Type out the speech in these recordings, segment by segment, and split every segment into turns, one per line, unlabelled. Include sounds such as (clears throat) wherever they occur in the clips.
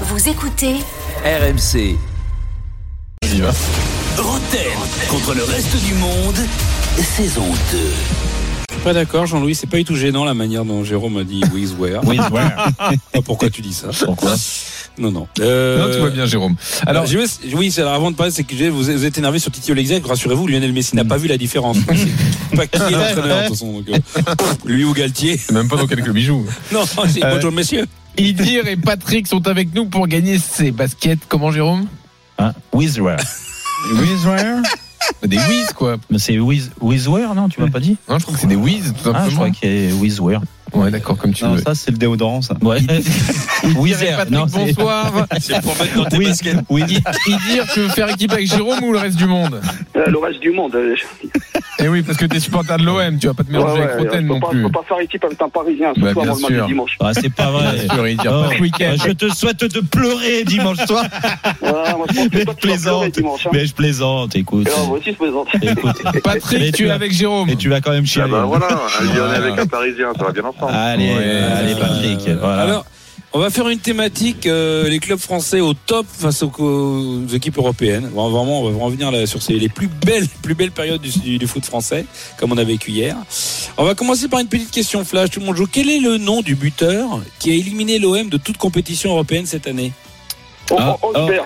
Vous écoutez
RMC.
Roten contre le reste du monde, saison 2.
Je suis pas d'accord, Jean-Louis, c'est pas du tout gênant la manière dont Jérôme
(laughs)
a dit with where. Pourquoi tu dis ça
(laughs) Pourquoi
Non, non. Euh,
Non, tu vois bien, Jérôme.
Alors,
Alors,
j'ai- oui, c'est- alors avant de parler, c'est que j'ai- vous vous êtes énervé sur Titi Olexac. Rassurez-vous, Lionel Messi n'a pas vu la différence. C'est pas qui est l'entraîneur, de toute façon. donc, euh, lui
(laughs)
ou Galtier.
même pas dans quelques bijoux.
Non, c'est
Euh,
bonjour, messieurs.
Idir et Patrick sont avec nous pour gagner ces baskets. Comment, Jérôme
Hein Wizware. Wizware
Des whiz, quoi.
Mais c'est Wiz- Wizware, non Tu m'as pas dit
Non, je trouve que c'est des whiz, tout
Ah, je
simplement.
crois qu'il y a Wizware.
ouais, d'accord, comme tu
Non,
veux.
ça c'est le déodorant ça.
Ouais. (laughs)
Idir et
Wizard,
Patrick,
non, (laughs) c'est-
bonsoir.
Oui, oui.
Idir, tu veux faire équipe avec Jérôme ou le reste du monde
Euh, le reste du monde. euh, je-
Eh oui, parce que t'es supporter de l'OM, tu vas pas te
Ouais,
mélanger
ouais,
avec Roten
je peux
non
pas, je
plus.
peux pas faire équipe avec un Parisien ce
Bah,
soir
bien
avant le match
sûr.
de dimanche.
(laughs) Ah, c'est pas vrai.
Sur Idir,
Oh.
Patrick.
Ah, Je te souhaite de pleurer dimanche soir,
Voilà, moi, je pense que
mais
toi,
je
tu vas pleurer
plaisante.
dimanche. Hein.
Mais je plaisante, écoute.
Et là, moi aussi, je plaisante.
(laughs) Écoute, Mais
Patrick, tu es
vas-
avec Jérôme.
Mais tu vas quand même chialer.
Ah bah un
Lyonnais avec
un Parisien, ça va bien
Ah.
ensemble.
Allez,
Ouais.
allez, Patrick.
Euh,
Voilà.
Alors, on va faire une thématique euh, les clubs français au top face aux, co- aux équipes européennes. Bon, vraiment, on va revenir là, sur ces, les plus belles, (laughs) plus belles périodes du, du- du foot français, comme on a vécu hier. On va commencer par une petite question flash. Tout le monde joue. Quel est le nom du buteur qui a éliminé l'OM de toute compétition européenne cette année
Oh,
Ah,
oh, Osberg.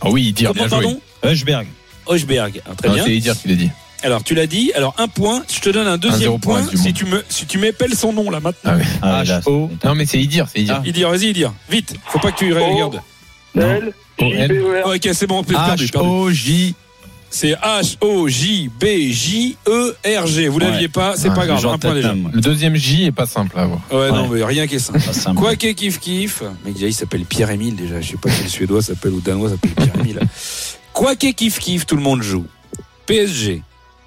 Ah oui, Idir,
Comment,
bien joué.
pardon
Hushberg.
Hochberg. Ah, très
Non,
bien.
C'est Idir qui l'a dit.
Alors, tu l'as dit. Alors, un point. Je te donne un deuxième
zéro pour
point
As du
si
monde.
tu me, si tu m'épelles son nom là maintenant.
Ah oui.
Ah, là, Ah,
H-O. Non, mais c'est Idir, c'est Idir.
Il dit, vas-y, il dit. Vite. Faut pas que tu regardes.
L,
Oh,
J, B, E, R.
Ok, c'est bon.
Ah,
perdu, perdu.
H-O-J.
C'est H-O-J-B-J-E-R-G. E Vous l'aviez pas, c'est
Ouais,
Ah,
pas grave,
Jean
un point déjà.
Tatum.
Le deuxième J est pas simple à avoir.
Ouais, non, mais rien qui est simple.
pas simple.
Quoi qu'il kiff kiff. Mec, déjà, il s'appelle Pierre-Émile déjà. Je sais pas si le suédois s'appelle ou le danois s'appelle Pierre-Émile. Quoi qu'il kiff kiff, tout le monde joue. PSG,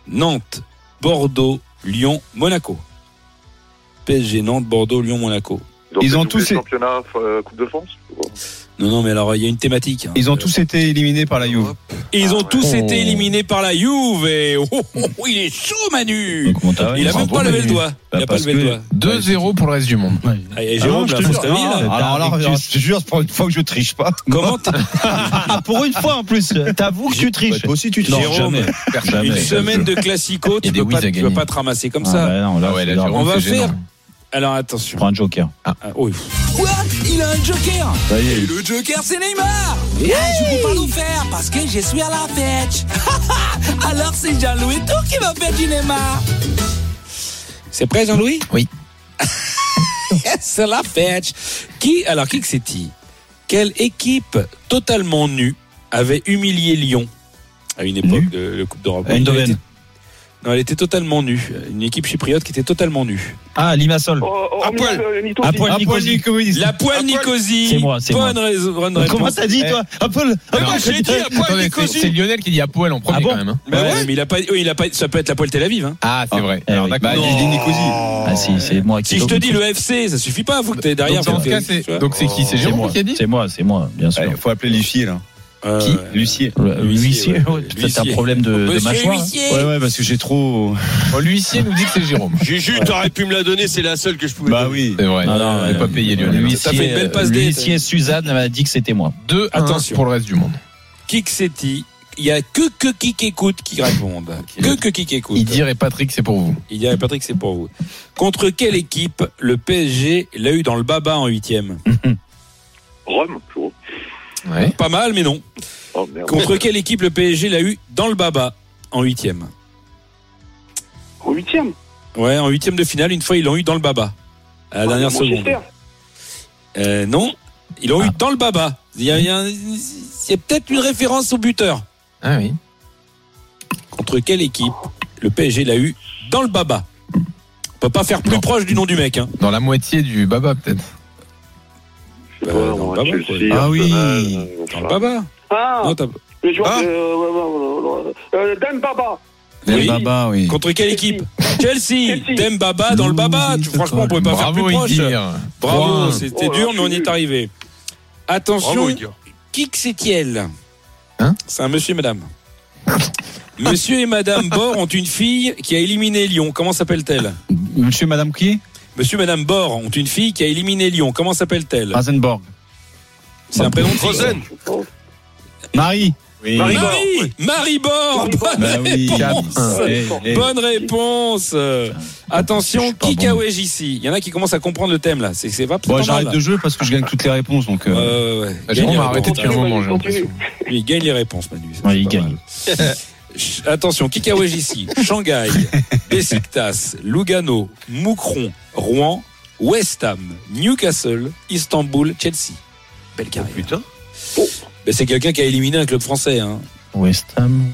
Nantes, Bordeaux, Lyon, Monaco. PSG, Nantes, Bordeaux, Lyon, Monaco.
Ils ont tous-
championnat euh, Coupe de France.
Non, non, mais alors, il y a une thématique. hein.
Ils ont tous été éliminés par la Juve.
Et ils ont
Ah,
tous
ouais.
été éliminés par la Juve. Et (laughs) oh, oh, oh, il est chaud, Manu.
Donc, on t'a-
Il a même
bravo,
pas levé le
Manu.
doigt. Il a
Bah,
pas
parce
levé le
que-
doigt.
2-0 pour le reste du monde.
Ouais.
Ah, et Jérôme,
Ah non, je
la
te
fausse
jure,
famille,
non,
là.
alors là, je te jure, pour une fois que je triche pas.
Comment t'es-
Ah, pour une fois en plus, t'avoues que bah, tu triches.
Toi aussi tu
Non,
triches.
Jérôme,
jamais. Jamais.
Une semaine de
Il
classico,
y
tu
a des
peux
whiz
pas,
à
tu peux
gagner.
pas te ramasser comme
Ah,
ça.
bah non, là,
Ah ouais,
c'est
là,
grave.
Jérôme,
On va
c'est gênant.
Alors
Je
attention.
prends un joker.
Ah, oh, il- Quoi Il a un joker
Ça y est,
Le joker, c'est Neymar Et Je peux pas le faire parce que je suis à la fête. (laughs) Alors c'est Jean-Louis Tour qui va faire du Neymar. C'est prêt, Jean-Louis (laughs)
Oui.
c'est la fête. Qui Alors qui que c'est-il Quelle équipe totalement nue avait humilié Lyon à une époque
Nue
de, de Coupe d'Europe
Eindhoven.
Elle était- Non, elle était totalement nue. Une équipe chypriote qui était totalement nue.
Ah, Limassol.
Oh, oh,
À
Omni-
poil.
euh, Nito
À
aussi.
poil Nicosie.
La poêle Nicosie.
C'est moi, c'est moi.
Bonne raison- bonne réponse.
Comment t'as dit, toi Apple
Ah, moi, j'ai dit à poil
Attendez, c'est-
Nicosie.
c'est Lionel qui dit à poil en premier
Ah bon
quand même. hein.
Bah ouais, mais il a pas, oui, il a pas, ça peut être la poêle Tel Aviv. Hein.
Ah, c'est
Ah.
vrai.
Eh
Alors,
oui.
d'accord.
Bah,
Donc,
j'ai dit Nicosie. Ah si, c'est moi qui.
Si je te dis le FC, ça suffit pas, faut que t'aies derrière.
dans
faut
ce
que
cas,
t'aies-
c'est-
tu vois.
donc c'est qui C'est
C'est
Jérôme
moi,
qui a dit
c'est moi, c'est moi, bien sûr.
Il faut appeler Lucier là.
Euh,
Lucier.
Le-
L'huissier,
L'huissier,
ouais.
ouais. Peut-être
L'huissier.
un problème de, de
Monsieur
mâchoire.
l'huissier.
Ouais ouais parce que j'ai trop.
Bon, L'huissier nous dit que c'est Jérôme.
Juju, t'aurais pu me la donner, c'est la seule que je pouvais.
Bah oui.
C'est vrai.
Ah,
Non, non,
On n'est
euh,
pas payé Lionel.
Ça fait une belle
L'huissier,
passe D,
l'huissier Suzanne m'a dit que c'était moi.
2 à 1
Attention.
pour le reste du monde.
Qui que c'est-il Il y a que que qui qui écoute qui répondent. Que que qui qui écoute.
Idir et Patrick, c'est pour vous.
Il y a Patrick, c'est pour vous. Contre quelle équipe le PSG l'a eu dans le baba en huitième
Rome, toujours.
Ouais.
Pas mal, mais non.
Oh merde.
Contre quelle équipe le PSG l'a eu dans le baba en huitième
En huitième.
Ouais, en huitième de finale, une fois ils l'ont eu dans le baba. À la dernière seconde.
Manchester.
Euh, non, ils l'ont eu dans le baba. Il y a, il y a un- il y a peut-être une référence au buteur.
Ah oui.
Contre quelle équipe le PSG l'a eu dans le baba On peut pas faire plus
Non.
proche du nom du mec. Hein.
Dans la moitié du Baba, peut-être.
Je sais
Euh,
pas,
non,
on
pas
va
bon,
Chelsea,
quoi. Ah oui. bah
Arsenal, euh,
Dans le
enfin,
baba
Ah,
Non, t'as-
le joueur
Ah.
de. euh, euh, euh, euh, Dan Baba.
Oui.
Baba oui.
Contre quelle équipe Chelsea,
Chelsea.
Dem Baba dans le baba. Tu- Franchement, on pouvait pas faire
Bravo
plus proche.
Idir.
Bravo,
Point.
c'était
Oh,
dur, mais
là,
on y
c'est
est
nul.
arrivé. Attention,
Bravo, Igor.
qui que c'est-il
Hein
C'est un monsieur et madame. Monsieur et madame Bord ont une fille qui a éliminé Lyon. Comment s'appelle-t-elle
Monsieur Madame qui
Ah,
Monsieur et Madame Bord ont une fille qui a éliminé Lyon. Comment s'appelle-t-elle
Rasenborg.
C'est un prénom de fille.
Rosen.
Oh,
Marie. Oui.
Marie.
Marie Marie Bord Bonne
Bah
(laughs)
oui.
réponse
Eh, eh.
Bonne réponse Euh,
je
Attention,
hein. suis pas
qui
bon.
kawège ici Il y en a qui commencent à comprendre le thème là. C'est c'est pas, c'est
Bon,
pas
j'arrête
mal.
de jouer parce que je gagne toutes les réponses. Donc, euh,
Euh, ouais.
Ah,
Gagne
Jérôme
les
a arrêté
réponses.
depuis un moment, j'ai l'impression.
Oui, il gagne les réponses, Manu. Ça,
Ouais,
c'est
il
pas
gagne.
mal. Ch- Attention,
(laughs)
Kikawej ici, Shanghai, Besiktas, Lugano, Moucron, Rouen, West Ham, Newcastle, Istanbul, Chelsea.
Oh,
Belle carrière.
Putain.
Ben, c'est quelqu'un qui a éliminé un club français. Hein.
West Ham.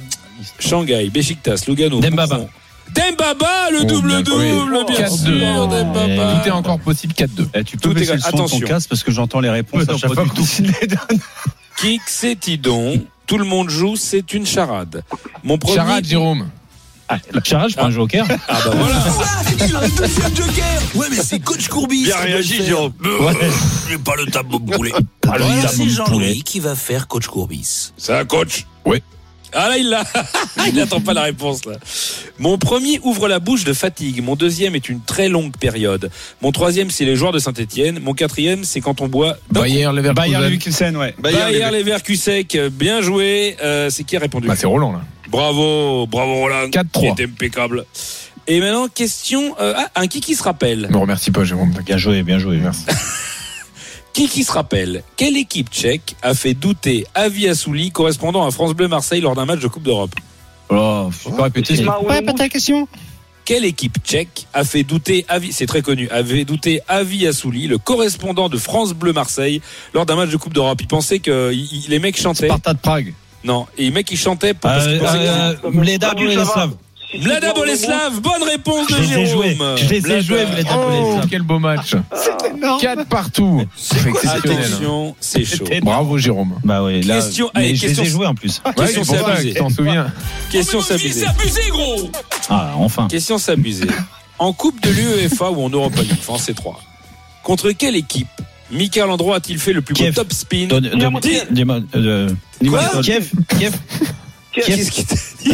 Shanghai, Besiktas, Lugano,
Dembaba.
Moucron. Dembaba, le
Oh, bien
double-double,
joué.
bien, sûr,
4-2.
Dembaba.
Tout est encore possible 4-2.
eh, tu peux
tout est
baisser le son
grave.
de
Attention.
ton casque parce que j'entends les réponses à chaque fois. (laughs)
Kick, c'est Tidon. Tout le monde joue, c'est une charade. Mon premier.
Charade, Jérôme.
Ah, Charade, je prends un joker.
Ah bah voilà.
(laughs)
Il a le deuxième joker Ouais, mais c'est Coach Courbis.
Bien
qui doit le
réagi,
faire.
Jérôme. Ah,
J'ai pas le tableau de poulet.
le
Voilà,
tableau
c'est
de
Jean-Louis qui va faire Coach Courbis.
C'est un coach.
Ah là, il l'a. (laughs) il n'attend pas la réponse là. Mon premier ouvre la bouche de fatigue. Mon deuxième est une très longue période. Mon troisième, c'est les joueurs de Saint-Etienne. Mon quatrième, c'est quand on boit. d'un coup.
Bayer,
Ah,
(laughs)
Bayern
Leverkusen.
Leverkusen, ouais.
Bayer Leverkusen, bien joué. Euh, c'est qui a répondu
Bah, c'est Roland, là.
Bravo, bravo Roland.
4-3.
Qui est impeccable. Et maintenant, question. euh, ah, un qui qui se rappelle
Ne me remercie pas, Jérôme. t'inquiète.
Bien joué, bien joué. Merci.
Qui qui se rappelle Quelle équipe tchèque a fait douter Avi Assouli, correspondant à France Bleu Marseille lord d'un match de Coupe d'Europe
Oh, faut pas répéter. c'est-
Maoué,
Quelle équipe tchèque a fait douter Avi C'est très connu. Avait douté Avi Assouli, le correspondant de France Bleu Marseille lors d'un match de Coupe d'Europe. Il pensait que il- il- les mecs chantaient.
Sparta de Prague.
Non, et les mecs ils chantaient pas parce qu'ils
Euh,
pensaient que-
euh, Mleda Boleslav.
Mlada Boleslav, bonne réponse
Je
de
les ai joués.
Jérôme.
Je les ai
Mlada-
joués, Mleda
Oh,
Boleslav.
quel beau match. 4 partout. C'est exceptionnel. hein.
Attention, c'est chaud.
Bravo, Jérôme.
Bah ouais, là.
Question-
mais
allez,
je
question-
les ai joués en plus.
Ouais,
Question
c'est pour ça que
s'amuser.
tu t'en souviens.
Question s'amuser.
Ah, enfin.
Question s'amuser. En Coupe de l'UEFA ou en Europa League, enfin c'est 3. Contre quelle équipe Michael Landreau a-t-il fait le plus beau
Kiev.
top spin
Don- don-
Dis-
dis- dis-moi, euh, dis-moi,
Quoi
Kiev, Kiev,
Qu'est-ce qui t'a dit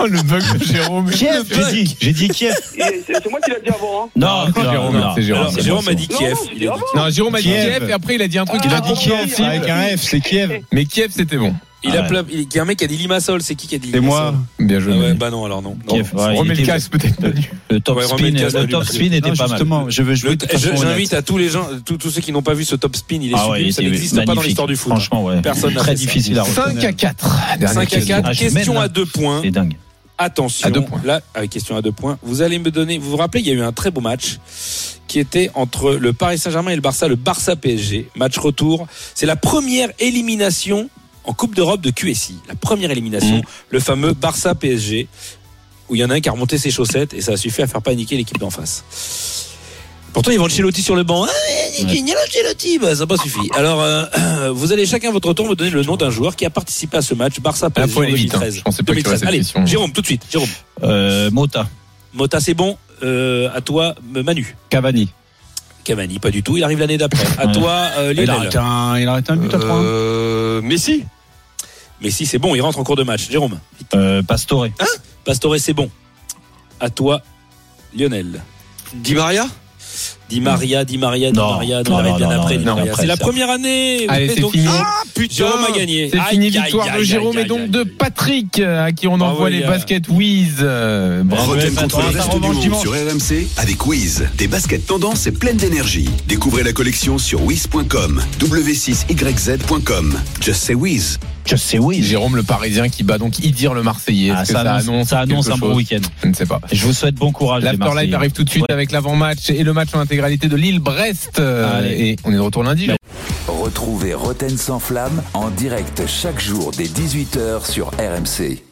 Oh, le bug de Jérôme.
Kiev, j'ai dit, j'ai dit Kiev.
C'est moi qui l'ai dit avant. hein.
Non,
Non, Jérôme,
non,
c'est Jérôme.
Alors,
non,
c'est
Jérôme
bon,
a dit
Non,
Kiev.
non, c'est
Il a dit-
avant. Ah,
Non, Jérôme a dit
Kiev.
Kiev et après il a dit un truc
Il a dit
incompréhensible.
Kiev, avec un F, c'est Kiev.
Mais Kiev, c'était bon.
il a
ouais.
plein- il- il y a un mec qui a dit Limassol, c'est qui qui a dit
C'est moi.
Limassol
Bien
Ah
joué.
ouais,
Manu.
bah non, alors non. non.
Kiev, ouais, il
Remets le
était-
casque peut-être. Manu.
Le top
Ouais, remets
spin,
le casque,
le
Manu,
top
parce que-
spin était
Non,
pas mal.
justement, je veux
Le-
jouer de
je-
façon honnête.
J'invite à tous les gens, tous tous ceux qui n'ont pas vu ce top spin, il est
Ah ouais,
sublime,
il
ça
était
n'existe pas dans
magnifique.
l'histoire du foot. hein.
Franchement, ouais.
Personne n'a
Très
fait ça.
difficile à retenir.
5 à 4. Dernière
5 à
question.
4,
Ah, je
question
mène, là.
à 2 points.
C'est dingue.
Attention,
À deux points.
là, euh, question à deux points. Vous allez me donner, vous vous rappelez, il y a eu un très beau match qui était entre le Paris Saint-Germain et le Barça, le Barça PSG, match retour. C'est la première élimination en Coupe d'Europe de QSI, la première élimination, le fameux Barça PSG, où il y en a un qui a remonté ses chaussettes et ça a suffi à faire paniquer l'équipe d'en face. Pourtant, ils vont Ancelotti sur le banc. Ah, il est génial, Ancelotti. Bah, ça n'a pas suffi. Alors, euh, (clears throat) vous allez chacun à votre tour me donner le nom d'un joueur qui a participé à ce match Barça
Là,
PSG
faut
en
aller vite. hein.
2013.
Je pensais pas qu'il y aurait
2013.
cette
Allez,
question.
Jérôme, tout de suite. Jérôme,
Euh, Mota,
Mota, c'est bon. Euh, à toi, M- Manu.
Cavani.
Cavani, pas du tout. Il arrive l'année d'après. À
Ouais.
toi, euh,
Il a
Lionel.
arrêté un, il a arrêté un
hein,
but à 3
Euh, Messi.
Mais si, c'est bon. Il rentre en cours de match. Jérôme.
euh, Pastore,
Pastore, c'est bon. À toi, Lionel.
Di Maria.
Di Maria, Di Maria, Di
Non.
Maria.
Non,
Non, il arrive
non,
bien
non,
après.
non,
Di
non,
Maria.
après,
C'est la
ça.
première année.
Allez,
Et
c'est
donc,
fini.
Putain.
Jérôme a gagné.
C'est
Aïe,
fini,
aïe,
victoire de
aïe,
Jérôme
aïe,
et donc
aïe,
de
aïe.
Patrick, euh, à qui on
Bravo,
envoie
les
les
gars.
baskets Wiz. euh, bravo.
Roten
attends,
contre le
attends,
reste du
revanche
monde
dimanche.
sur RMC avec Wiz. Des baskets tendances et pleines d'énergie. Découvrez la collection sur Wiz.com, W6YZ.com. Just say Wiz.
je sais oui.
Jérôme le Parisien qui bat donc Idir le Marseillais.
Ah,
Est-ce que
ça, annonce, ça annonce
quelque
un bon
chose
week-end.
Je ne sais pas.
Je vous souhaite bon courage. les
L'afterlife
Marseillais.
arrive tout de suite avec l'avant-match et le match en intégralité de Lille-Brest. euh,
Allez.
Et on est de retour lundi.
Retrouvez Roten sans flamme en direct chaque jour dès 18h sur RMC.